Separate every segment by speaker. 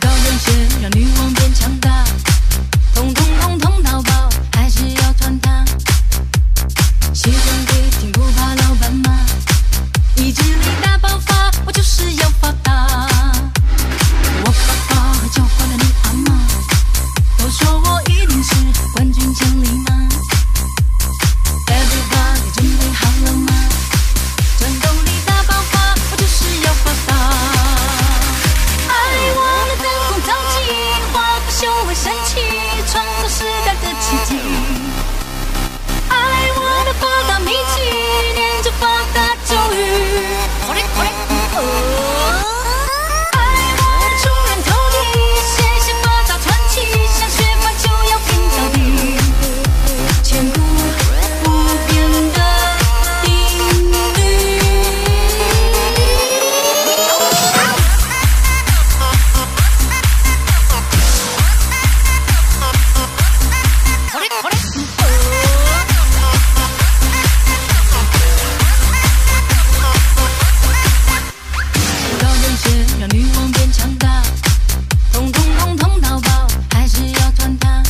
Speaker 1: 高跟鞋让女王变强大，通通通通到爆，还是要穿它。西装笔挺不怕老板骂，意志力大爆发，我就是要发达。我爸爸教坏了你阿妈，都说我一定是冠军千里马。Everybody 准备好了吗？战斗力大爆发，我就是要发达。爱我的灯光照进，化腐朽为神奇，创造时代的奇迹。爱我的博大秘技，念着发达咒语。爱我的出人头地，写下发达传奇，想学法就要拼到底。千古不变的定律。高跟鞋让女王变强大，通通通通到爆，还是要穿它。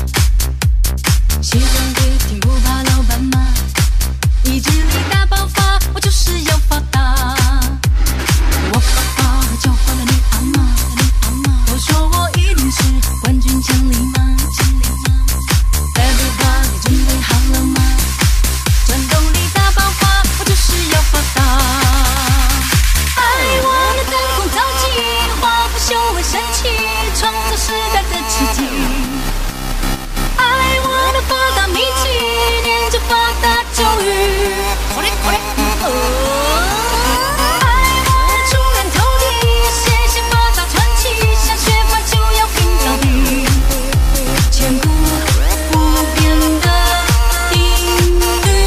Speaker 1: 西装笔挺不怕老板骂，意志力大爆发，我就是要发达。我爸爸教坏了你阿妈，你阿妈都说我一定是冠军千里马，千里马。Everybody 准备好了吗？战斗力大爆发，我就是要发达。爱我的灯光照进，化腐朽为神奇，创造时代的奇迹。爱我的发达秘籍，念着发达咒语。爱我的出人头地，写下发达传奇，想学法就要拼到底。千古不变的定律。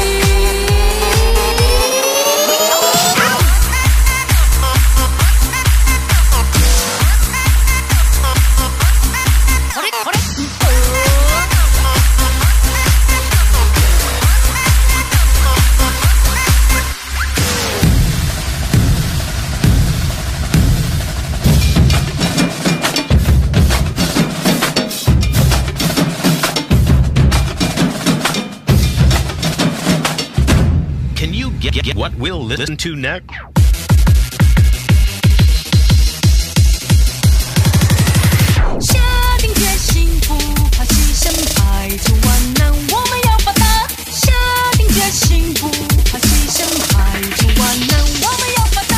Speaker 2: Can you get, get, get what we'll listen to next?
Speaker 1: 下定决心，不怕牺牲，排除万难，我们要发达。下定决心，不怕牺牲，排除万难，我们要发达。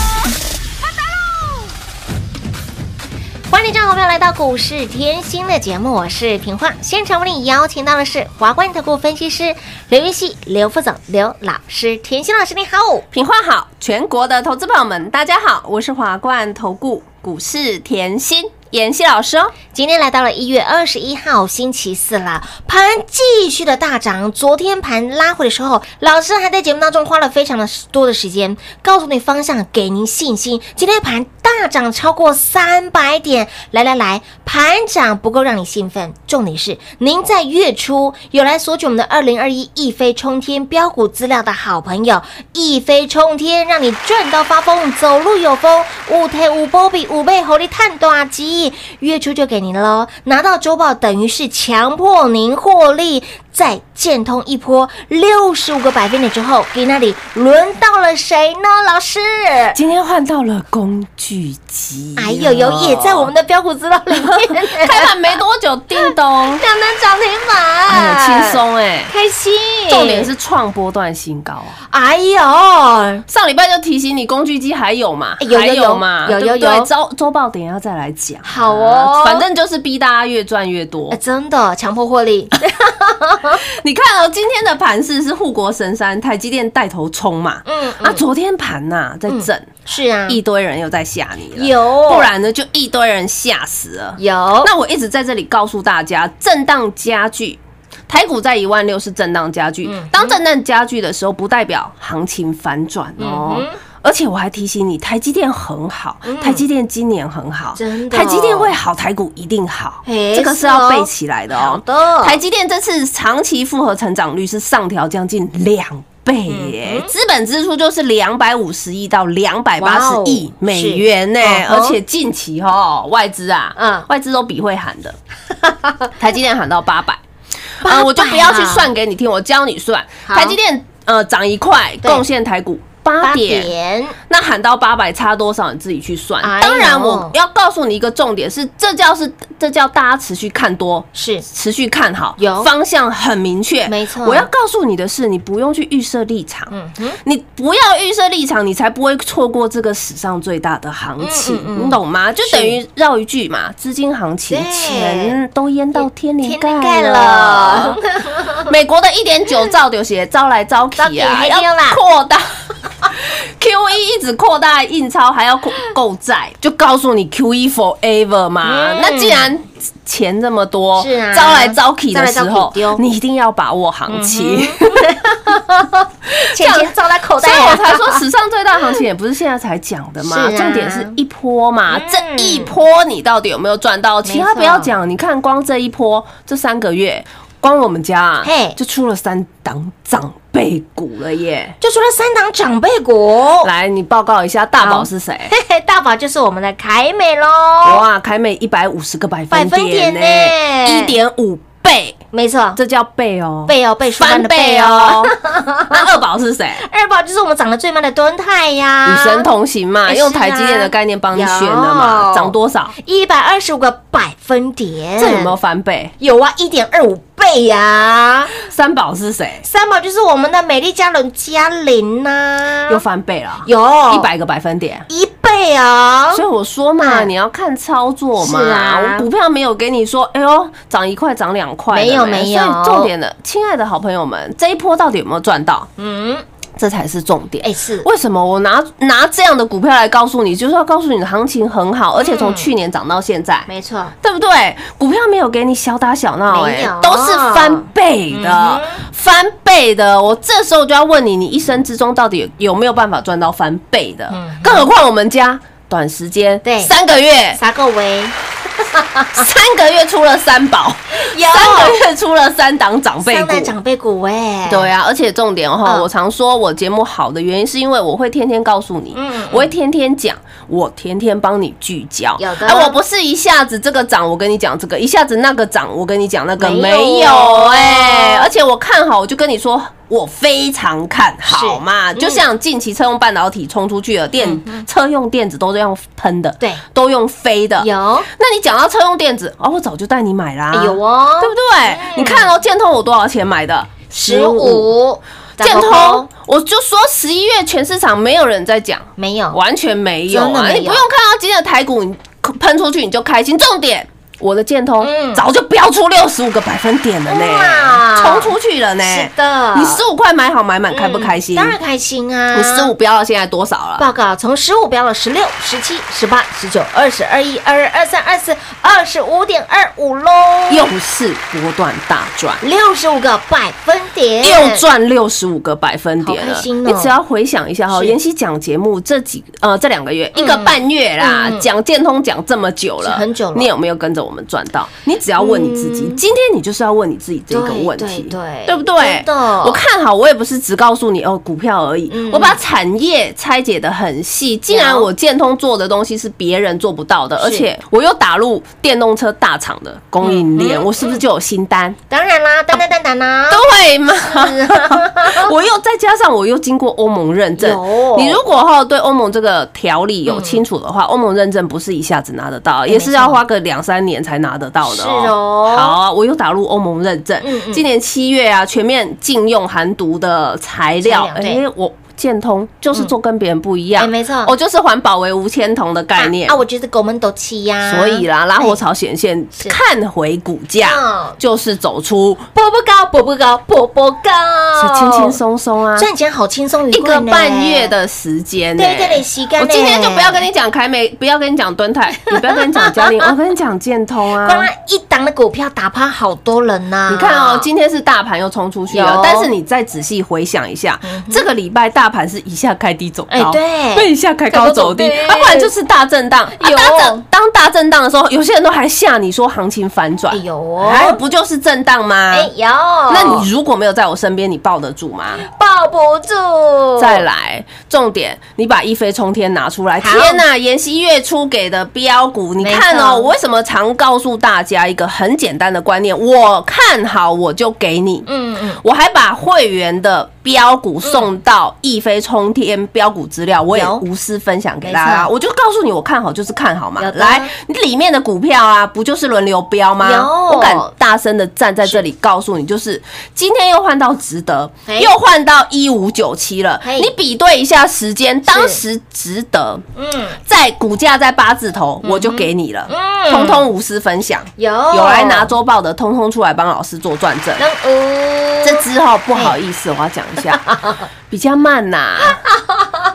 Speaker 3: 欢迎各位好朋友来到股市甜心的节目，我是平化。现场为你邀请到的是华冠投顾分析师刘云熙、刘副总、刘老师。甜心老师你好，
Speaker 4: 品话好，全国的投资朋友们，大家好，我是华冠投顾股市甜心妍希老师哦。
Speaker 3: 今天来到了一月二十一号星期四了，盘继续的大涨。昨天盘拉回的时候，老师还在节目当中花了非常的多的时间，告诉你方向，给您信心。今天盘大涨超过三百点，来来来，盘涨不够让你兴奋，重点是您在月初有来索取我们的二零二一一飞冲天标股资料的好朋友，一飞冲天，让你赚到发疯，走路有风，五天五波比五倍猴力探大吉，月初就给您喽，拿到周报等于是强迫您获利。再建通一波六十五个百分点之后，给那里轮到了谁呢？老师，
Speaker 4: 今天换到了工具机
Speaker 3: 哎呦呦，也在我们的标股资料里面，
Speaker 4: 开盘没多久，叮咚，
Speaker 3: 两单涨停板，
Speaker 4: 哎呦，轻，松哎。
Speaker 3: 开心。
Speaker 4: 重点，是创波段新高啊！
Speaker 3: 哎呦，哎
Speaker 4: 上礼拜就提醒你，工具机还有嘛？
Speaker 3: 哎有有
Speaker 4: 还
Speaker 3: 有
Speaker 4: 嘛？
Speaker 3: 有有
Speaker 4: 对不对
Speaker 3: 有
Speaker 4: 周周报等一下再来讲啊。
Speaker 3: 好哦哎
Speaker 4: 反正就是逼大家越赚越多。
Speaker 3: 真的强迫获利，
Speaker 4: 你看哦，今天的盘势是护国神山，台积电带头冲嘛。
Speaker 3: 嗯
Speaker 4: 啊，昨天盘呐、在震，
Speaker 3: 是啊，
Speaker 4: 一堆人又在吓你了，
Speaker 3: 有
Speaker 4: 不然呢就一堆人吓死了。
Speaker 3: 有
Speaker 4: 那我一直在这里告诉大家，震荡加剧，台股在一万六是震荡加剧。
Speaker 3: 嗯
Speaker 4: 当震荡加剧的时候，不代表行情反转哦。
Speaker 3: 嗯
Speaker 4: 而且我还提醒你，台积电很好，台积电今年很好，
Speaker 3: 真的哦
Speaker 4: 台积电会好，台股一定好，
Speaker 3: 嘿
Speaker 4: 这个是
Speaker 3: 是
Speaker 4: 要
Speaker 3: 哦
Speaker 4: 背起来的
Speaker 3: 好
Speaker 4: 哦。
Speaker 3: 的，
Speaker 4: 台积电这次长期复合成长率是上调将近两倍
Speaker 3: 嗯
Speaker 4: 耶，资本支出就是两百五十亿到两百
Speaker 3: 哇
Speaker 4: 八十
Speaker 3: 哦
Speaker 4: 亿美元呢
Speaker 3: 是嗯，哼
Speaker 4: 而且近期哈外资啊，
Speaker 3: 嗯
Speaker 4: 外资都比会喊 的，台积电喊到八百，
Speaker 3: 800
Speaker 4: 呃，我就不要去算给你听，我教你算，
Speaker 3: 啊好
Speaker 4: 台积电呃涨一块，
Speaker 3: 对
Speaker 4: 贡献台股八
Speaker 3: 八
Speaker 4: 点。
Speaker 3: 点，
Speaker 4: 那喊到八百差多少，你自己去算。
Speaker 3: 哎呦
Speaker 4: 当然，我要告诉你一个重点是，这叫是这叫大家持续看多，
Speaker 3: 是
Speaker 4: 持续看好，
Speaker 3: 有
Speaker 4: 方向很明确，
Speaker 3: 没错
Speaker 4: 我要告诉你的是，你不用去预设立场，
Speaker 3: 嗯哼，
Speaker 4: 你不要预设立场，你才不会错过这个史上最大的行情，
Speaker 3: 嗯嗯嗯
Speaker 4: 你懂吗？就等于绕一句嘛，资金行情
Speaker 3: 对
Speaker 4: 钱都淹到天灵
Speaker 3: 天
Speaker 4: 盖
Speaker 3: 灵盖
Speaker 4: 了
Speaker 3: 了，，
Speaker 4: 美国的一点九兆流血，招来招去
Speaker 3: 招
Speaker 4: 啊，
Speaker 3: 去
Speaker 4: 要
Speaker 3: 黑掉啦
Speaker 4: 扩大 Q E 一直扩大印钞，还要购购债，就告诉你 Q E forever 嘛。
Speaker 3: 嗯
Speaker 4: 那既然钱这么多，
Speaker 3: 是啊
Speaker 4: 招来招去的时
Speaker 3: 招来招
Speaker 4: 候
Speaker 3: 去丢，嗯
Speaker 4: 你一定要把握行情。
Speaker 3: 钱钱照在口
Speaker 4: 所以
Speaker 3: 袋
Speaker 4: 我
Speaker 3: 啊，
Speaker 4: 才说史上最大行情也不是现在才讲的嘛，
Speaker 3: 是啊嗯
Speaker 4: 重点是一波嘛，这一波你到底有没有赚到？其他不要讲，你看光这一波这三个月，光我们家、啊
Speaker 3: 嘿
Speaker 4: 就出了三档长辈股了耶。
Speaker 3: 就除了三档长辈股，
Speaker 4: 来，你报告一下大宝是谁？
Speaker 3: 哦 嘿嘿，大宝就是我们的凯美喽，
Speaker 4: 哇，凯美一百五十个百
Speaker 3: 百
Speaker 4: 分
Speaker 3: 分点
Speaker 4: 点
Speaker 3: 呢、
Speaker 4: 呢，一点五倍，
Speaker 3: 没错，
Speaker 4: 这叫倍哦，
Speaker 3: 倍哦，倍数
Speaker 4: 翻
Speaker 3: 班的
Speaker 4: 倍
Speaker 3: 倍哦。
Speaker 4: 哦。那二宝是谁？
Speaker 3: 二宝就是我们涨得最慢的敦泰呀，
Speaker 4: 与神同行嘛，
Speaker 3: 啊哎
Speaker 4: 用
Speaker 3: 是啊
Speaker 4: 台积电的概念帮你选的嘛，
Speaker 3: 有
Speaker 4: 涨多少？
Speaker 3: 一百二十五个百分点，
Speaker 4: 这有没有翻倍？
Speaker 3: 有啊，一点二五倍呀、
Speaker 4: 三宝是谁？
Speaker 3: 三宝就是我们的美丽嘉伦嘉玲呐、
Speaker 4: 又翻倍了，
Speaker 3: 有
Speaker 4: 一百个百分点。
Speaker 3: 一倍啊、
Speaker 4: 所以我说嘛，
Speaker 3: 嗯
Speaker 4: 你要看操作嘛。
Speaker 3: 是啊
Speaker 4: 我股票没有给你说，哎呦，涨一块涨两块的嘞，
Speaker 3: 没有没有
Speaker 4: 所以重点的，亲爱的好朋友们，这一波到底有没有赚到？
Speaker 3: 嗯，
Speaker 4: 这才是重点
Speaker 3: 哎、。是
Speaker 4: 为什么我拿拿这样的股票来告诉你，就是要告诉你的行情很好，而且
Speaker 3: 嗯
Speaker 4: 从去年涨到现在，
Speaker 3: 没错，
Speaker 4: 对不对？股票没有给你小打小闹、
Speaker 3: 没有嗯
Speaker 4: 哎，都是翻倍的，翻倍的。我这时候就要问你，你一生之中到底有有没有办法赚到翻倍的？更何况我们家短时间，
Speaker 3: 嗯对
Speaker 4: 三个月
Speaker 3: ，撒个维
Speaker 4: 三个月出了三宝，
Speaker 3: 有
Speaker 4: 三个月出了三档长辈
Speaker 3: 哦三
Speaker 4: 股
Speaker 3: 代。长辈股哎、
Speaker 4: 对啊，而且重点哈，
Speaker 3: 嗯
Speaker 4: 我常说我节目好的原因是因为我会天天告诉你，
Speaker 3: 嗯
Speaker 4: 我会天天讲，我天天帮你聚焦。
Speaker 3: 有的
Speaker 4: 哎我不是一下子这个涨我跟你讲这个，一下子那个涨我跟你讲那个，
Speaker 3: 没有
Speaker 4: 没有
Speaker 3: 哦
Speaker 4: 哎、而且我看好，我就跟你说。我非常看好
Speaker 3: 是嗯
Speaker 4: 嘛，就像近期车用半导体冲出去了，电车用电子都这样喷的，
Speaker 3: 对，
Speaker 4: 都用飞的。
Speaker 3: 有
Speaker 4: 那你讲到车用电子啊，我早就带你买啦，
Speaker 3: 有哦，
Speaker 4: 对不对？你看哦，建通我多少钱买的？
Speaker 3: 十五
Speaker 4: 建通，我就说十一月全市场没有人在讲，
Speaker 3: 没有
Speaker 4: 完全没有
Speaker 3: 真的
Speaker 4: 啊！
Speaker 3: 没有
Speaker 4: 你不用看到今天的台股你喷出去你就开心。重点，我的建通
Speaker 3: 嗯
Speaker 4: 早就飙出六十五个百分点了呢，
Speaker 3: 哇
Speaker 4: 冲出去了呢。
Speaker 3: 是的嗯
Speaker 4: 你十五块买好买满，开不开心？
Speaker 3: 当然。开心啊，
Speaker 4: 你十五飙到现在多少了？
Speaker 3: 报告从十五飙到十六、十七、十八、十九、二十二、一、二二、二三、二四、二十五点二五喽，
Speaker 4: 又是波段大赚。
Speaker 3: 六十五个百分点，
Speaker 4: 又赚六十五个百分点
Speaker 3: 哎好
Speaker 4: 了哎
Speaker 3: 开，心哦
Speaker 4: 你只要回想一下哈，
Speaker 3: 是嗯
Speaker 4: 妍希讲节目这几呃这两个月一个半月啦，讲建通讲这么久了，
Speaker 3: 是很久了
Speaker 4: 你有没有跟着我们赚到？你只要问你自己，今天你就是要问你自己这个
Speaker 3: 对
Speaker 4: 问题，
Speaker 3: 对对
Speaker 4: 不对
Speaker 3: 真？的嗯
Speaker 4: 我看好，我也不是只告诉你哦股票而已，我把产业拆解的很细。既然
Speaker 3: 有
Speaker 4: 我建通做的东西是别人做不到的，而
Speaker 3: 是
Speaker 4: 且我又打入电动车大厂的供应
Speaker 3: 嗯
Speaker 4: 链，我是不是就有新单？
Speaker 3: 当然啦，当当当当啦，
Speaker 4: 对嘛？ 我又再加上我又经过欧盟认证
Speaker 3: 有，嗯
Speaker 4: 你如果哈对欧盟这个条例有清楚的话，欧盟认证不是一下子拿得到，也是要花个两三年才拿得到的哦。
Speaker 3: 是哦
Speaker 4: 好啊，我又打入欧盟认证
Speaker 3: 嗯，嗯
Speaker 4: 今年七月啊，全面禁用含毒的材料，
Speaker 3: 材料对
Speaker 4: 哎，我。建通就是做跟别人不一 样，
Speaker 3: 哎没错
Speaker 4: 我就是环保为无铅铜的概念
Speaker 3: 啊，啊我觉得狗们斗气呀，
Speaker 4: 所以啦，拉货潮显现，
Speaker 3: 是
Speaker 4: 看回股
Speaker 3: 嗯
Speaker 4: 价就是走出，
Speaker 3: 波波高，波波高，波波高，
Speaker 4: 是轻轻松松啊，
Speaker 3: 赚钱好轻松愉
Speaker 4: 一
Speaker 3: 快
Speaker 4: 个
Speaker 3: 呢
Speaker 4: 半月，的时间呢、
Speaker 3: 对对对，洗干
Speaker 4: 我今天就不要跟你讲凯美，不要跟你讲敦 泰，也不要跟你讲嘉玲，我跟你讲建通
Speaker 3: 光
Speaker 4: 啊。
Speaker 3: 一档的股票打趴好多人呐、
Speaker 4: 你看哦，今天是大盘又冲出去了
Speaker 3: 有，嗯
Speaker 4: 但是你再仔细回想一下，这个礼拜大盘是一下开低走
Speaker 3: 哎
Speaker 4: 高，
Speaker 3: 对
Speaker 4: 被一下开高走低，
Speaker 3: 对哎
Speaker 4: 啊，不然就是大震荡。啊
Speaker 3: 有
Speaker 4: 当震当大震荡的时候，有些人都还吓你说行情反转
Speaker 3: 哎，呦哦，
Speaker 4: 哎，不就是震荡吗？
Speaker 3: 哎呦，
Speaker 4: 那你如果没有在我身边，你抱得住吗？
Speaker 3: 抱不住，
Speaker 4: 再来，重点，你把一飞冲天拿出来。
Speaker 3: 好
Speaker 4: 天呐、妍希月初给的标股，你看
Speaker 3: 没
Speaker 4: 哦，
Speaker 3: 错
Speaker 4: 我为什么常告诉大家一个很简单的观念？我看好我就给你。
Speaker 3: 嗯嗯，
Speaker 4: 我还把会员的标股送到一飞冲天标股资料，我也
Speaker 3: 有
Speaker 4: 无私分享给大家。
Speaker 3: 没错
Speaker 4: 我就告诉你，我看好就是看好嘛
Speaker 3: 有。的
Speaker 4: 来，你里面的股票啊，不就是轮流标吗
Speaker 3: 有？
Speaker 4: 我敢大声的站在这里告诉你，就是今天又换到值得
Speaker 3: 嘿，
Speaker 4: 又换到一五九七了。
Speaker 3: 嘿
Speaker 4: 你比对一下时间，当时值得，
Speaker 3: 嗯，
Speaker 4: 在股价在八字头，我就给你了，通通无私分享。
Speaker 3: 有
Speaker 4: 有来拿周报的，通通出来帮老师做转正。
Speaker 3: 能嗯五，
Speaker 4: 这之后不好意思，我要讲 一下，比较慢呐、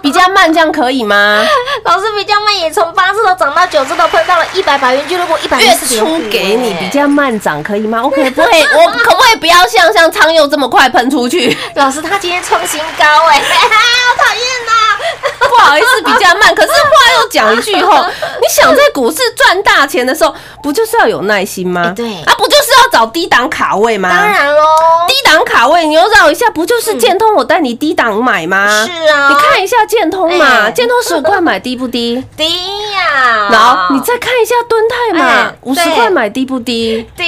Speaker 4: 比较慢，这样可以吗？
Speaker 3: 老师比较慢，也从八字头涨到九字头，喷到了一百百元俱乐部一百
Speaker 4: 月
Speaker 3: 零四哎
Speaker 4: 初给你比较慢涨，可以吗？OK，不 会，我可不可以不要像像苍佑这么快喷出 去？
Speaker 3: 老师他今天创新高 哎、好讨厌啊呐！
Speaker 4: 不好意思，比较慢。可是话又讲一句后，你想在股市赚大钱的时候，不就是要有耐心吗？
Speaker 3: 哎对
Speaker 4: 啊，不就是要找低档卡位吗？
Speaker 3: 当。然喽
Speaker 4: 低，档卡位，你又绕一下，不就是建通？我带你低档买吗？
Speaker 3: 是啊
Speaker 4: 你看一下建通嘛，
Speaker 3: 哎
Speaker 4: 建通十五块买低不低？
Speaker 3: 低呀、
Speaker 4: 然后你再看一下敦泰嘛
Speaker 3: 哎，
Speaker 4: 五十
Speaker 3: 对
Speaker 4: 块买低不低？
Speaker 3: 低、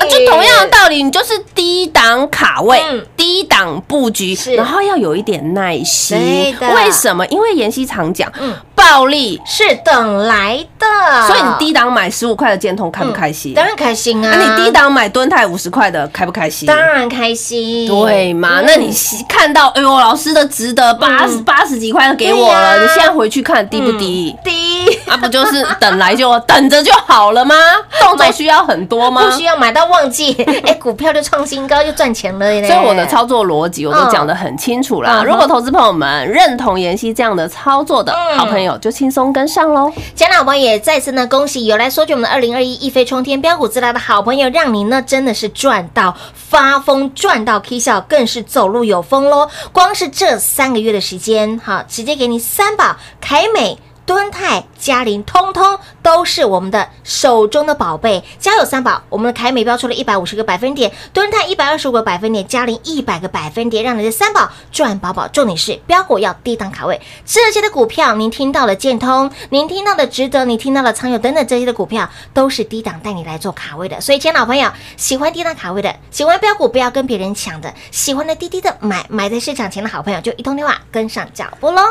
Speaker 4: 啊就同样的道理，你就是低档卡位
Speaker 3: 嗯、
Speaker 4: 低档布局
Speaker 3: 是，
Speaker 4: 然后要有一点耐心
Speaker 3: 对的。
Speaker 4: 为什么？因为妍希常讲
Speaker 3: 嗯，
Speaker 4: 暴利，
Speaker 3: 是等来的，
Speaker 4: 所以你低档买十五块的建通开不开心？
Speaker 3: 当然开心啊，
Speaker 4: 啊，你低档买敦泰五十块的开不开心？
Speaker 3: 当然开心，
Speaker 4: 对嘛？
Speaker 3: 嗯
Speaker 4: 那你看到，哎呦，老师的值得八十八十几块都给我了，
Speaker 3: 对呀嗯
Speaker 4: 你现在回去看低不低？
Speaker 3: 低
Speaker 4: 啊，不就是等来就等着就好了吗？动作需要很多 吗？
Speaker 3: 不需要买到旺季， 哎，股票就创新高，就赚钱了耶
Speaker 4: 所以我的操作逻辑我都讲得很清楚啦。
Speaker 3: 嗯
Speaker 4: 如果投资朋友们认同妍希这样的操作的
Speaker 3: 嗯
Speaker 4: 好朋友，就轻松跟上喽。
Speaker 3: 江老朋友也再次呢，恭喜有来索取我们的二零二一一飞冲天标股资料的好朋友，让您呢真的是赚到发疯，赚到 K 笑，更是走路有风喽！光是这三个月的时间，好，直接给你三宝凯美。敦泰、嘉林，通通都是我们的手中的宝贝。家有三宝，我们的凯美标出了一百五十个百分点，敦泰一百二十五个百分点，嘉林一百个百分点，让你的三宝赚饱饱。重点是标股要低档卡位，这些的股票，您听到了建通，您听到的值得，你听到了长友等等这些的股票，都是低档带你来做卡位的。所以，亲爱的老朋友，喜欢低档卡位的，喜欢标股不要跟别人抢的，喜欢的低低的买，买在市场前的好朋友，就一通电话跟上脚步喽。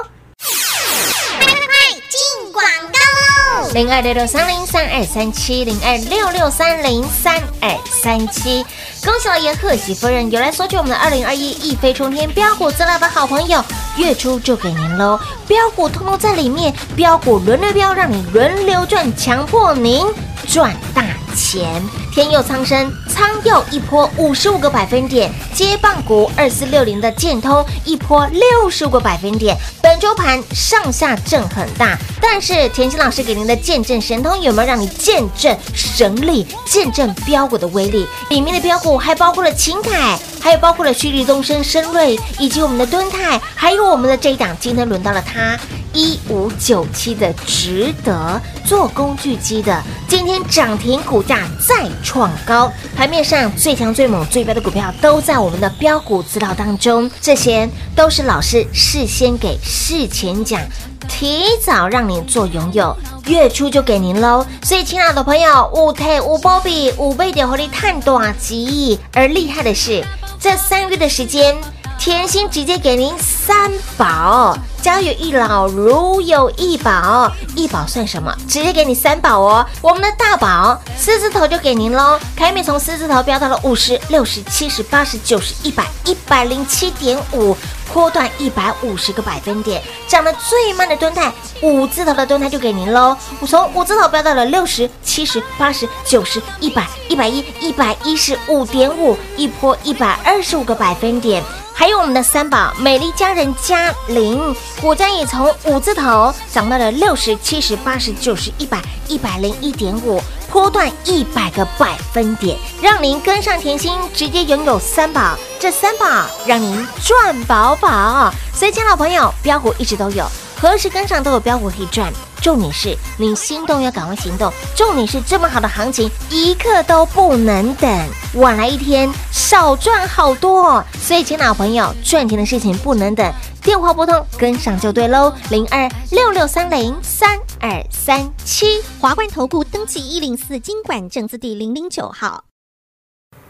Speaker 3: 零二六六三零三二三七，零二六六三零三二三七。恭喜老爷，贺喜夫人，有来索取我们的二零二一一飞冲天标股资料的好朋友，月初就给您喽，标股通通在里面，标股轮流标，让你轮流赚，强迫您赚大钱。天佑苍生，苍佑一波五十五个百分点，接棒股二四六零的建通一波六十五个百分点。本周盘上下震很大，但是田心老师给您的见证神通有没有让你见证神力、见证标股的威力？里面的标股还包括了秦凯，还有包括了旭日东升、深瑞，以及我们的敦泰，还有我们的这一档，今天轮到了它一五九七的值得做工具机的，今天涨停，股价再创高。盘面上最强、最猛、最标的股票都在我们的标股资料当中，这些都是老师事先给、事前讲。提早让您做拥有，月初就给您喽。所以，亲爱的朋友，五退五波比五倍的活力探短极，而厉害的是，这三个月的时间。甜心直接给您三宝，家有一老如有一宝，一宝算什么？直接给你三宝哦。我们的大宝四字头就给您喽，凯美从四字头飙到了五十六十七十八十九十一百一百零七点五。波段一百五十个百分点，涨得最慢的蹲态五字头的蹲态就给您喽。我从五字头飙到了六十七十八十九十一百一百一一百一十五点五，一波一百二十五个百分点。还有我们的三宝美丽佳人嘉玲，股价也从五字头涨到了六十七十八十九十一百一百零一点五，波段一百个百分点，让您跟上甜心，直接拥有三宝。这三宝让您赚饱饱。所以，亲爱的朋友，标股一直都有，何时跟上都有标股可以赚。重点是您心动要赶快行动，重点是这么好的行情一刻都不能等，晚来一天少赚好多、哦。所以，亲爱的朋友，赚钱的事情不能等，电话拨通跟上就对喽，零二六六三零三二三七。
Speaker 5: 华冠投顾登记一零四经管证字第零零九号。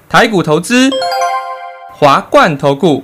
Speaker 6: 台股投资，华冠投顾。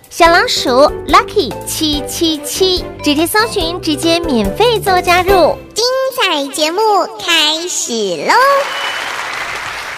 Speaker 3: 小老鼠 Lucky 七七七，直接搜寻，直接免费做加入。
Speaker 5: 彩节目开始喽！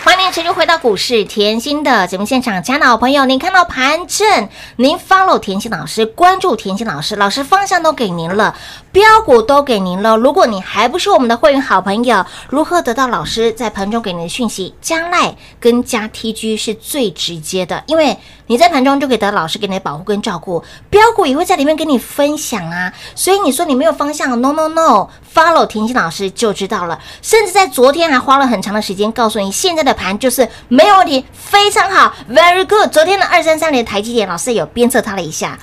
Speaker 3: 欢迎持续回到股市甜心的节目现场，亲爱的好朋友，您看到盘正，您 follow 甜心老师，关注甜心老师，老师方向都给您了，标股都给您了。如果你还不是我们的会员好朋友，如何得到老师在盘中给您的讯息？加赖跟加 TG 是最直接的，因为你在盘中就可以得到老师给你的保护跟照顾，标股也会在里面跟你分享啊。所以你说你没有方向，no 啊 no no，follow 甜心老师就知道了。甚至在昨天还花了很长的时间告诉你，现在的盘就是没有问题，非常好，very good。昨天的二三三零台积电，老师有鞭策他了一 下。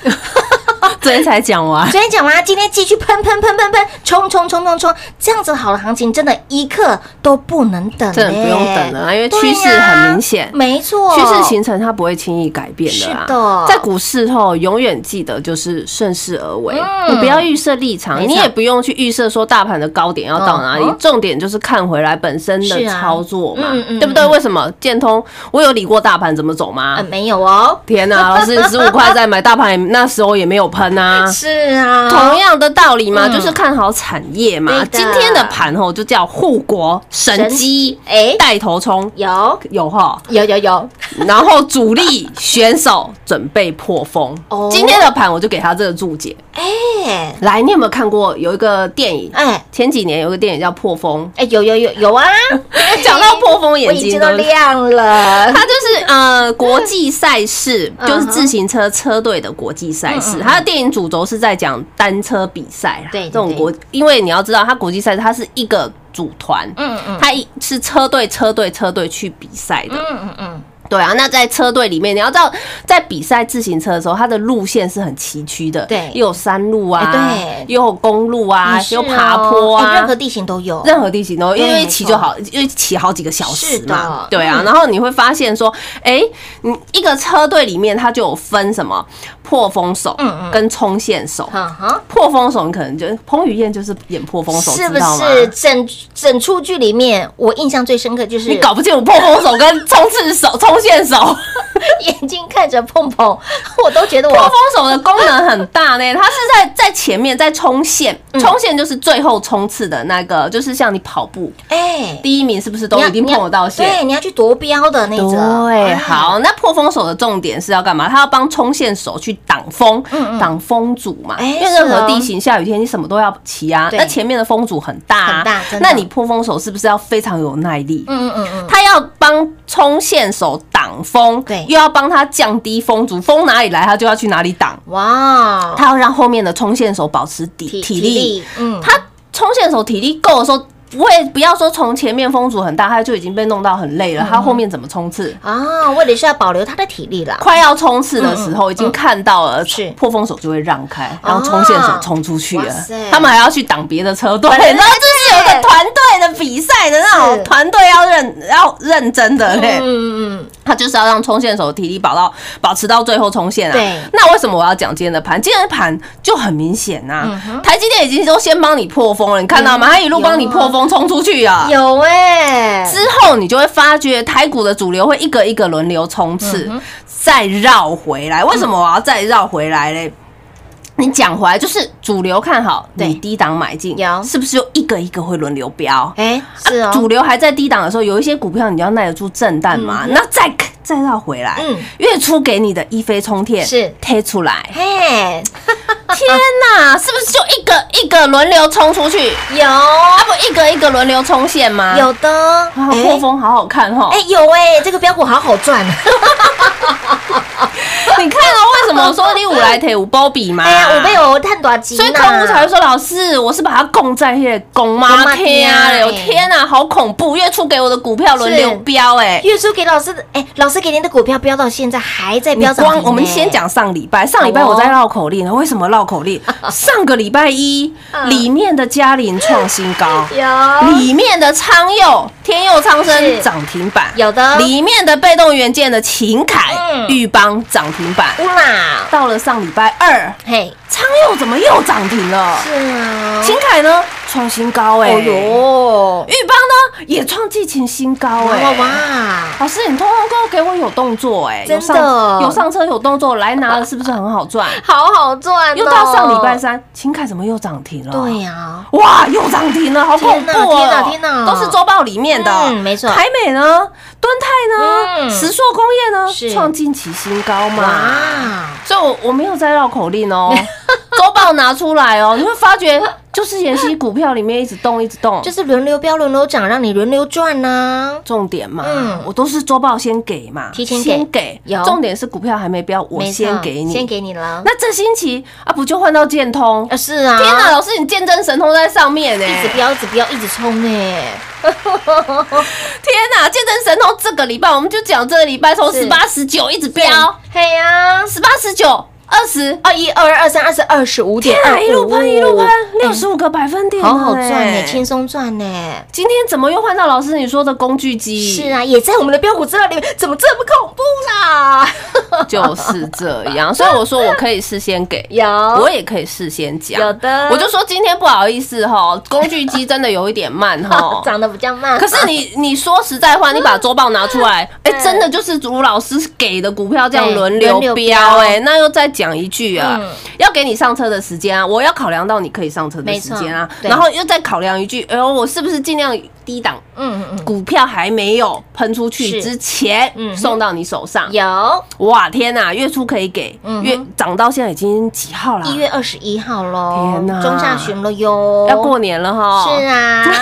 Speaker 4: 昨天才讲完，
Speaker 3: 昨天讲完，今天继续喷喷喷喷喷，冲冲冲冲冲，这样子好的行情真的一刻都不能等、欸，
Speaker 4: 真的不用等了啊因为趋势
Speaker 3: 对呀
Speaker 4: 很明显
Speaker 3: 没错，
Speaker 4: 趋势形成它不会轻易改变的啦。
Speaker 3: 是的
Speaker 4: 在股市后永远记得就是顺势而为，
Speaker 3: 嗯
Speaker 4: 你不要预设立场，
Speaker 3: 没错
Speaker 4: 你也不用去预设说大盘的高点要到哪里
Speaker 3: 嗯嗯，
Speaker 4: 重点就是看回来本身
Speaker 3: 是
Speaker 4: 的
Speaker 3: 啊
Speaker 4: 操作嘛
Speaker 3: 嗯嗯嗯，
Speaker 4: 对不对？为什么建通我有理过大盘怎么走吗
Speaker 3: 呃？没有哦，
Speaker 4: 天呐， 老师十五块再买大盘，那时候也没有喷啊。
Speaker 3: 是啊，
Speaker 4: 同样的道理嘛，
Speaker 3: 嗯
Speaker 4: 就是看好产业嘛
Speaker 3: 对的。
Speaker 4: 今天的盘吼就叫护国神机，
Speaker 3: 哎
Speaker 4: 带头冲
Speaker 3: 有
Speaker 4: 有哈，
Speaker 3: 有有有，
Speaker 4: 然后主力选手准备破风
Speaker 3: 哦。
Speaker 4: 今天的盘我就给他这个注解。
Speaker 3: 哎
Speaker 4: 来，你有没有看过有一个电影？
Speaker 3: 哎
Speaker 4: 前几年有个电影叫《破风
Speaker 3: 哎有有有有啊，》，
Speaker 4: 讲到破风
Speaker 3: 我
Speaker 4: 眼
Speaker 3: 已
Speaker 4: 睛
Speaker 3: 经
Speaker 4: 都嗯
Speaker 3: 都亮 了，
Speaker 4: 它就是呃国际赛事，
Speaker 3: 嗯
Speaker 4: 就是自行车车队的国际赛事。它的电影主轴是在讲单车比赛啦，
Speaker 3: 对对
Speaker 4: 这种国，因为你要知道，它国际赛事它是一个组团，
Speaker 3: 嗯嗯
Speaker 4: 它一是车队车队车队去比赛的。
Speaker 3: 嗯嗯嗯，
Speaker 4: 对啊，那在车队里面，你要知道，在比赛自行车的时候，它的路线是很崎岖的，
Speaker 3: 对
Speaker 4: 又有山路啊，
Speaker 3: 哎对
Speaker 4: 又有公路啊，
Speaker 3: 也是
Speaker 4: 又
Speaker 3: 哦
Speaker 4: 爬坡啊，
Speaker 3: 哎任何地形都有，
Speaker 4: 任何地形都，因
Speaker 3: 对
Speaker 4: 为
Speaker 3: 没
Speaker 4: 骑
Speaker 3: 错
Speaker 4: 就好，因为骑好几个小
Speaker 3: 是
Speaker 4: 时
Speaker 3: 的嗯
Speaker 4: 嘛，对啊。然后你会发现说，哎，你一个车队里面它就有分什么破风手
Speaker 3: 嗯嗯
Speaker 4: 跟冲线手。
Speaker 3: 哈哈。
Speaker 4: 破风手你可能就彭于晏就是演破风手，
Speaker 3: 是不
Speaker 4: 知道吗？
Speaker 3: 是整整出剧里面，我印象最深刻就是
Speaker 4: 你搞不清楚破风手跟冲刺手、冲线手，
Speaker 3: 眼睛看着碰碰，我都觉得
Speaker 4: 破
Speaker 3: 我
Speaker 4: 风手的功能很大呢，它是在在前面在冲线，
Speaker 3: 嗯
Speaker 4: 冲线就是最后冲刺的那个，就是像你跑步
Speaker 3: 哎，
Speaker 4: 第一名是不是都
Speaker 3: 你要
Speaker 4: 一定碰得到
Speaker 3: 你要
Speaker 4: 线？
Speaker 3: 对，你要去夺标的那种。
Speaker 4: 对，
Speaker 3: 哎，
Speaker 4: 好，那破风手的重点是要干嘛？他要帮冲线手去挡风，挡风阻嘛。
Speaker 3: 嗯哎
Speaker 4: 因为任
Speaker 3: 是哦
Speaker 4: 何地形，下雨天你什么都要骑啊。
Speaker 3: 对
Speaker 4: 那前面的风阻很大啊，
Speaker 3: 很大真的
Speaker 4: 那你破风手是不是要非常有耐力？
Speaker 3: 嗯嗯嗯
Speaker 4: 他要帮冲线手挡风，
Speaker 3: 对
Speaker 4: 又要帮他降低风阻，风哪里来他就要去哪里挡，
Speaker 3: 嗯，哇，
Speaker 4: 他要让后面的冲线手保持体体力。，
Speaker 3: 嗯，
Speaker 4: 他冲线手体力够的时候，不会不要说从前面风阻很大，他就已经被弄到很
Speaker 3: 嗯
Speaker 4: 累了，他后面怎么冲刺？
Speaker 3: 啊，为的是要保留他的体力啦。
Speaker 4: 快要冲刺的时候，已经看到了，
Speaker 3: 是
Speaker 4: 破风手就会让开，然后冲线手冲出去
Speaker 3: 哇
Speaker 4: 了
Speaker 3: 塞，
Speaker 4: 他们还要去挡别的车队，
Speaker 3: 来
Speaker 4: 然后这是有一个团队的比赛的那
Speaker 3: 是
Speaker 4: 种团队要认要认真的嘞。
Speaker 3: 嗯嗯
Speaker 4: 他就是要让冲线手的体力保到保持到最后冲线啊。
Speaker 3: 对
Speaker 4: 那为什么我要讲今天的盘？今天的盘就很明显呐、台积电已经都先帮你破风了，你看到吗？它一路帮你破风冲出去啊
Speaker 3: 嗯，。有哎，
Speaker 4: 之后你就会发觉台股的主流会一个一个轮流冲刺，
Speaker 3: 嗯
Speaker 4: 再绕回来。为什么我要再绕回来嘞？你讲回来就是主流看好，
Speaker 3: 对
Speaker 4: 你低档买进，
Speaker 3: 有
Speaker 4: 是不是就一个一个会轮流标？
Speaker 3: 哎是
Speaker 4: 啊
Speaker 3: 哦，
Speaker 4: 主流还在低档的时候，有一些股票你要耐得住震荡嘛，那再再绕回来，
Speaker 3: 嗯
Speaker 4: 月初给你的一飞冲天
Speaker 3: 是，
Speaker 4: 贴出来
Speaker 3: 嘿
Speaker 4: 天 哪，是不是就一个一个轮流冲出去？
Speaker 3: 有
Speaker 4: 啊不，一个一个轮流冲线吗？
Speaker 3: 有的，
Speaker 4: 啊，破风好好看哦哈！
Speaker 3: 哎哎有哎，这个标股好好 赚，
Speaker 4: 你看啊，为什么我说你五来腿五波比嘛？
Speaker 3: 哎呀，我被我探短期，
Speaker 4: 所以客户才会说老师，我是把它供在那个供妈天啊！
Speaker 3: 哎
Speaker 4: 我天哪，好恐怖！月初给我的股票轮流
Speaker 3: 是
Speaker 4: 标哎，
Speaker 3: 月初给老师的，哎，老师给您的股票飙到现在还在
Speaker 4: 你
Speaker 3: 飙涨停
Speaker 4: 光
Speaker 3: 呢，
Speaker 4: 我们先讲上礼拜，上礼拜
Speaker 3: 好哦
Speaker 4: 我在绕口令，为什么绕口 令？上个礼拜一里面的嘉玲创新高，
Speaker 3: 嗯 有
Speaker 4: 里面的昌佑天佑昌
Speaker 3: 是
Speaker 4: 生涨停板，
Speaker 3: 有的
Speaker 4: 里面的被动元件的秦凯
Speaker 3: 嗯
Speaker 4: 玉邦涨停板。
Speaker 3: 乌啦，
Speaker 4: 到了上礼拜二，
Speaker 3: 嘿
Speaker 4: 昌佑怎么又涨停了？
Speaker 3: 是啊，
Speaker 4: 秦凯呢创新高哎，
Speaker 3: 哦
Speaker 4: 玉
Speaker 3: 哟，
Speaker 4: 邦呢也创季前新高
Speaker 3: 哇
Speaker 4: 哎，
Speaker 3: 哇哇，
Speaker 4: 老师，你通通都给我有动作哎、
Speaker 3: 真的
Speaker 4: 有上有上车有动作，来拿了是不是很好赚？
Speaker 3: 好好赚哦，
Speaker 4: 又到上礼拜三，秦凯怎么又涨停了？
Speaker 3: 对呀，
Speaker 4: 哇，又涨停了，好恐怖
Speaker 3: 天哪
Speaker 4: 哦！
Speaker 3: 天哪天哪
Speaker 4: 都是周报里面的，
Speaker 3: 嗯没错
Speaker 4: 台美呢，敦泰呢，
Speaker 3: 嗯
Speaker 4: 石硕工业
Speaker 3: 是
Speaker 4: 呢，创近期新高嘛。
Speaker 3: 哇，
Speaker 4: 所以我，我没有在绕口令 哦，周报拿出来哦，你会发觉就是妍希股票里面一直动，一直动，
Speaker 3: 就是轮流标轮流涨，让你轮流赚呐，
Speaker 4: 重点嘛，
Speaker 3: 嗯
Speaker 4: 我都是周报先给嘛，
Speaker 3: 提前给
Speaker 4: 先给
Speaker 3: 有
Speaker 4: 重点是股票还没标，我
Speaker 3: 没错
Speaker 4: 先给你。
Speaker 3: 先给你了，
Speaker 4: 那这星期啊，不就换到建通？
Speaker 3: 啊是啊，
Speaker 4: 天哪，老师，你见证神通在上面呢！
Speaker 3: 一直飙，一直飙，一直冲哎！
Speaker 4: 天哪，见证神通这个礼拜我们就讲这个礼拜从
Speaker 3: 是
Speaker 4: 十八、十九一直飙，
Speaker 3: 嘿呀，
Speaker 4: 十八、十九、二十，
Speaker 3: 二一、二二、二三、二四、二十五点
Speaker 4: 天
Speaker 3: 二
Speaker 4: 哪，一路喷一路喷，六
Speaker 3: 哎
Speaker 4: 十五个百分点，哎
Speaker 3: 好好赚呢，轻
Speaker 4: 今
Speaker 3: 松赚呢。
Speaker 4: 天怎么又换到老师你说的工具机？
Speaker 3: 是啊，也在我们的标股资料里面，怎么这么恐怖啦？
Speaker 4: 就是这样， 所以我说我可以事先给，
Speaker 3: 有
Speaker 4: 我也可以事先讲，
Speaker 3: 有的
Speaker 4: 我就说今天不好意思哈，工具机真的有一点慢哈。
Speaker 3: 长得比较慢，
Speaker 4: 可是你你说实在话，你把周报拿出 来，哎、真的就是卢老师给的股票这样
Speaker 3: 对
Speaker 4: 轮流
Speaker 3: 轮流
Speaker 4: 标，
Speaker 3: 标
Speaker 4: 哎，那又再讲一句啊，
Speaker 3: 嗯
Speaker 4: 要给你上车的时间啊，我要考量到你可以上车的时间啊
Speaker 3: 没错，对
Speaker 4: 然后又再考量一句，哎呦，我是不是尽量低档
Speaker 3: 嗯嗯
Speaker 4: 股票还没有喷出去
Speaker 3: 是
Speaker 4: 之前
Speaker 3: 嗯哼
Speaker 4: 送到你手上
Speaker 3: 嗯，？有
Speaker 4: 哇天呐，月初可以给，
Speaker 3: 嗯哼
Speaker 4: 月涨到现在已经几号啦？
Speaker 3: 一月二十一号喽，
Speaker 4: 天哪
Speaker 3: 中下旬了哟，
Speaker 4: 要过年了哈。
Speaker 3: 是啊，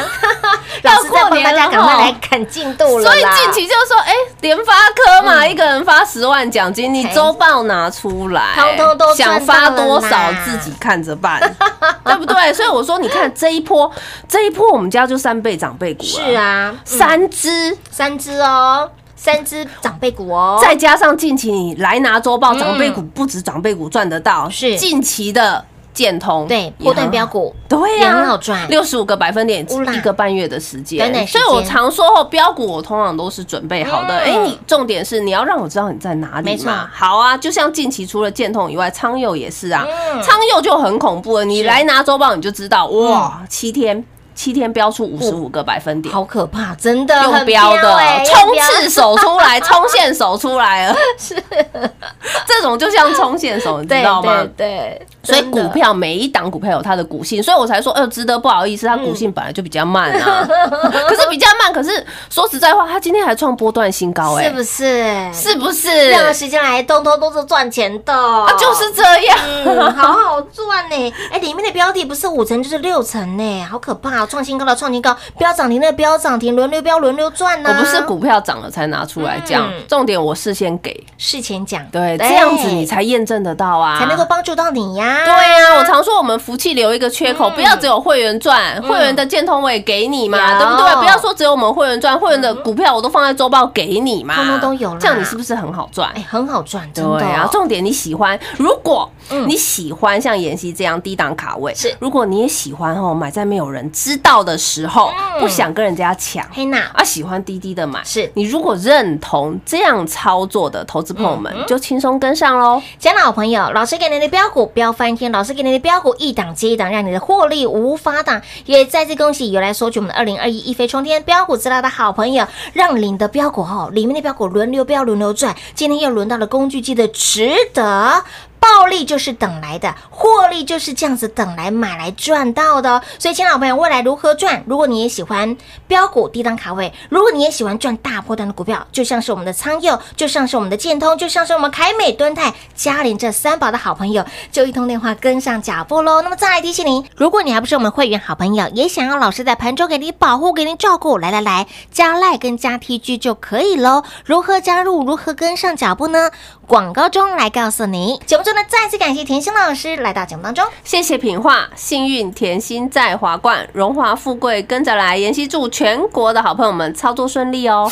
Speaker 3: 老
Speaker 4: 要
Speaker 3: 师在
Speaker 4: 过
Speaker 3: 帮
Speaker 4: 年
Speaker 3: 大家
Speaker 4: 了
Speaker 3: 赶快
Speaker 4: 吼
Speaker 3: 来赶进度了
Speaker 4: 所以
Speaker 3: 啦
Speaker 4: 近期就说，哎、联发科嘛，一个人发十万奖金，你周报拿出来，
Speaker 3: 通通都
Speaker 4: 想
Speaker 3: 赚到了
Speaker 4: 发多少
Speaker 3: 啦
Speaker 4: 自己看着办， 对不对？所以我说，你看这一波，这一波我们家就三倍长辈股了，
Speaker 3: 是，
Speaker 4: 嗯
Speaker 3: 啊，三
Speaker 4: 三只，
Speaker 3: 三只哦，三只长辈股哦，
Speaker 4: 再加上近期你来拿周报，长辈股不止长辈股赚得到，
Speaker 3: 嗯是
Speaker 4: 近期的建通，
Speaker 3: 对波段标。股，
Speaker 4: 对
Speaker 3: 也
Speaker 4: 呀、
Speaker 3: 很好赚
Speaker 4: 六十五个百分点
Speaker 3: 乌啦，
Speaker 4: 一个半月的时
Speaker 3: 短
Speaker 4: 间
Speaker 3: 短，时
Speaker 4: 所
Speaker 3: 间
Speaker 4: 以我常说后标股我通常都是准备好的。
Speaker 3: 嗯
Speaker 4: 哎、你重点是你要让我知道你在哪里嘛，
Speaker 3: 没错
Speaker 4: 好啊，就像近期除了建通以外，昌佑也是啊
Speaker 3: 嗯，嗯
Speaker 4: 昌佑就很恐怖了，你来拿周报你就知道，哇，七天。七天飙出五十五个百分点，
Speaker 3: 好可怕，真的
Speaker 4: 用
Speaker 3: 很
Speaker 4: 标的
Speaker 3: 欸
Speaker 4: 冲
Speaker 3: 用标
Speaker 4: 刺手 出来，冲线手出来了，是这种就像冲线手，你知
Speaker 3: 对
Speaker 4: 道吗
Speaker 3: 对？对，
Speaker 4: 所以
Speaker 3: 真的
Speaker 4: 股票每一档股票有它的股性，所以我才说，呃，值得不好意思，它
Speaker 3: 嗯
Speaker 4: 股性本来就比较慢啊， 可是比较慢，可是说实在话，它今天还创波段新高，哎
Speaker 3: 是，不是？
Speaker 4: 是不是？
Speaker 3: 任何时间来通通都是赚钱的，啊
Speaker 4: 啊，就是这样，
Speaker 3: 嗯，好好赚呢、哎、里面的标的不是五成就是六成呢、好可怕、哦！创新高的创新高，标涨停的标涨停，轮流标轮流赚呢、
Speaker 4: 哦我不是股票涨了才拿出来讲
Speaker 3: 嗯，
Speaker 4: 重点我事先给，
Speaker 3: 事前讲，
Speaker 4: 对，这样子你才验证得到啊，
Speaker 3: 才能够帮助到你呀、
Speaker 4: 对啊呀、
Speaker 3: 嗯
Speaker 4: 我常说我们福气留一个缺口，不要只有会员赚，会员的建通我也给你嘛，
Speaker 3: 嗯有
Speaker 4: 对不对？不要说只有我们会员赚，会员的股票我都放在周报给你嘛，
Speaker 3: 通通嗯都有啦
Speaker 4: 这样你是不是很好赚
Speaker 3: 哎、？很好赚，真
Speaker 4: 对
Speaker 3: 的、哦。嗯
Speaker 4: 啊，重点你喜欢，如果你喜欢像妍希这样低档卡位，
Speaker 3: 是
Speaker 4: 如果你也喜欢哦，买在没有人知道的时候，不想跟人家抢，
Speaker 3: 黑娜，
Speaker 4: 啊，喜欢低低的买，
Speaker 3: 嗯是
Speaker 4: 你如果认同这样操作的投资朋友们，
Speaker 3: 嗯
Speaker 4: 就轻松跟上喽。
Speaker 3: 亲爱的好朋友，老师给您的标股标翻天，老师给您的标股一档接一档，让你的获利无法挡。也再次恭喜有来索取我们的二零二一一飞冲天标股资料的好朋友，让您的标股哦，里面的标股轮流标轮流转，今天又轮到了工具机的值得。暴利就是等来的，获利就是这样子等来买来赚到的哦、所以，亲爱的朋友，未来如何赚？如果你也喜欢标股低档卡位，如果你也喜欢赚大波段的股票，就像是我们的苍佑，就像是我们的建通，就像是我们凯美、敦泰、嘉联这三宝的好朋友，就一通电话跟上脚步喽。那么再来提醒您，如果你还不是我们会员好朋友，也想要老师在盘中给您保护、给您照顾，来来来，加赖跟加 TG 就可以喽。如何加入？如何跟上脚步呢？广告中来告诉你。节目中呢，再次感谢甜心老师来到节目当中。
Speaker 4: 谢谢品画，幸运甜心在华冠，荣华富贵跟着来。妍希祝全国的好朋友们操作顺利哦。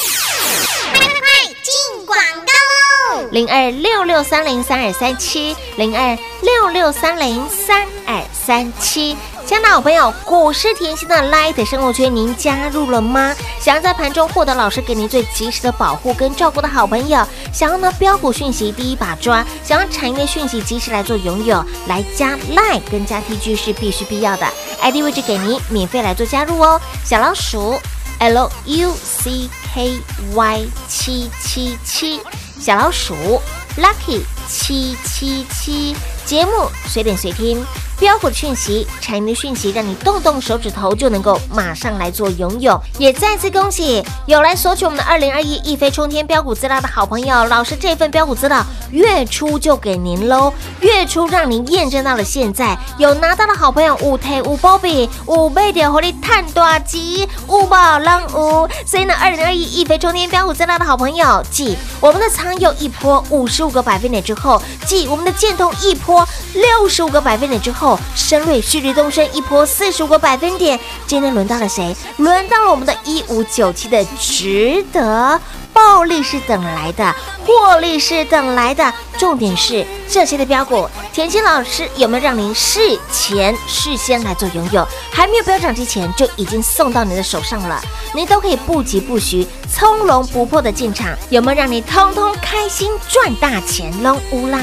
Speaker 5: 广告喽！
Speaker 3: 零二六六三零三二三七，零二六六三零三二三七。亲爱的好朋友，股市甜心的 Light 生活圈，您加入了吗？想要在盘中获得老师给您最及时的保护跟照顾的好朋友，想要呢标股讯息第一把抓，想要产业的讯息及时来做拥有，来加 Light 跟加 TG 是必须必要的，ID 位置给您免费来做加入哦，小老鼠 L U C K Y 七七七，小老鼠 Lucky 七七七。节目随点随听，标股讯息、产业的讯息，让你动动手指头就能够马上来做拥有。也再次恭喜有来索取我们的二零二一一飞冲天标股资料的好朋友，老师这份标股资料月初就给您喽，月初让您验证到了现在，有拿到的好朋友五台五波比五倍点活力探大吉，五宝浪五。所以呢，二零二一一飞冲天标股增大的好朋友，继我们的仓又一波五十五个百分点之后，继我们的建通一波六十五个百分点之后，深瑞旭日东升一波四十五个百分点，今天轮到了谁？轮到了我们的一五九七的值得。暴利是等来的，获利是等来的。重点是这些的标股，田心老师有没有让您事前事先来做拥有？还没有飙涨之前就已经送到你的手上了，您都可以不急不徐、从容不迫的进场，有没有让你通通开心赚大钱喽？乌啦！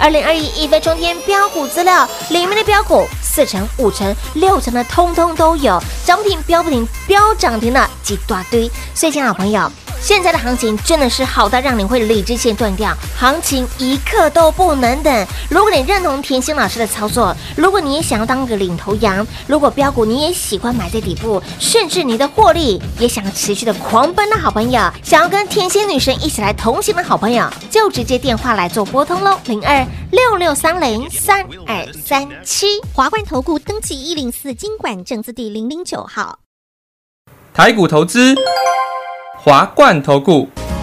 Speaker 3: 二零二一一飞冲天标股资料里面的标股，四成、五成、六成的通通都有，涨停、标不停、标涨停的几大堆。所以，亲爱的朋友。现在的行情真的是好到让你会理智线断掉，行情一刻都不能等。如果你认同甜心老师的操作，如果你也想要当个领头羊，如果标股你也喜欢买在底部，甚至你的获利也想要持续的狂奔的好朋友，想要跟甜心女神一起来同行的好朋友，就直接电话来做拨通喽，零二六六三零三二三七。
Speaker 5: 华冠投顾登记一零四经管证字第零零九号。
Speaker 6: 台股投资，华冠投顾。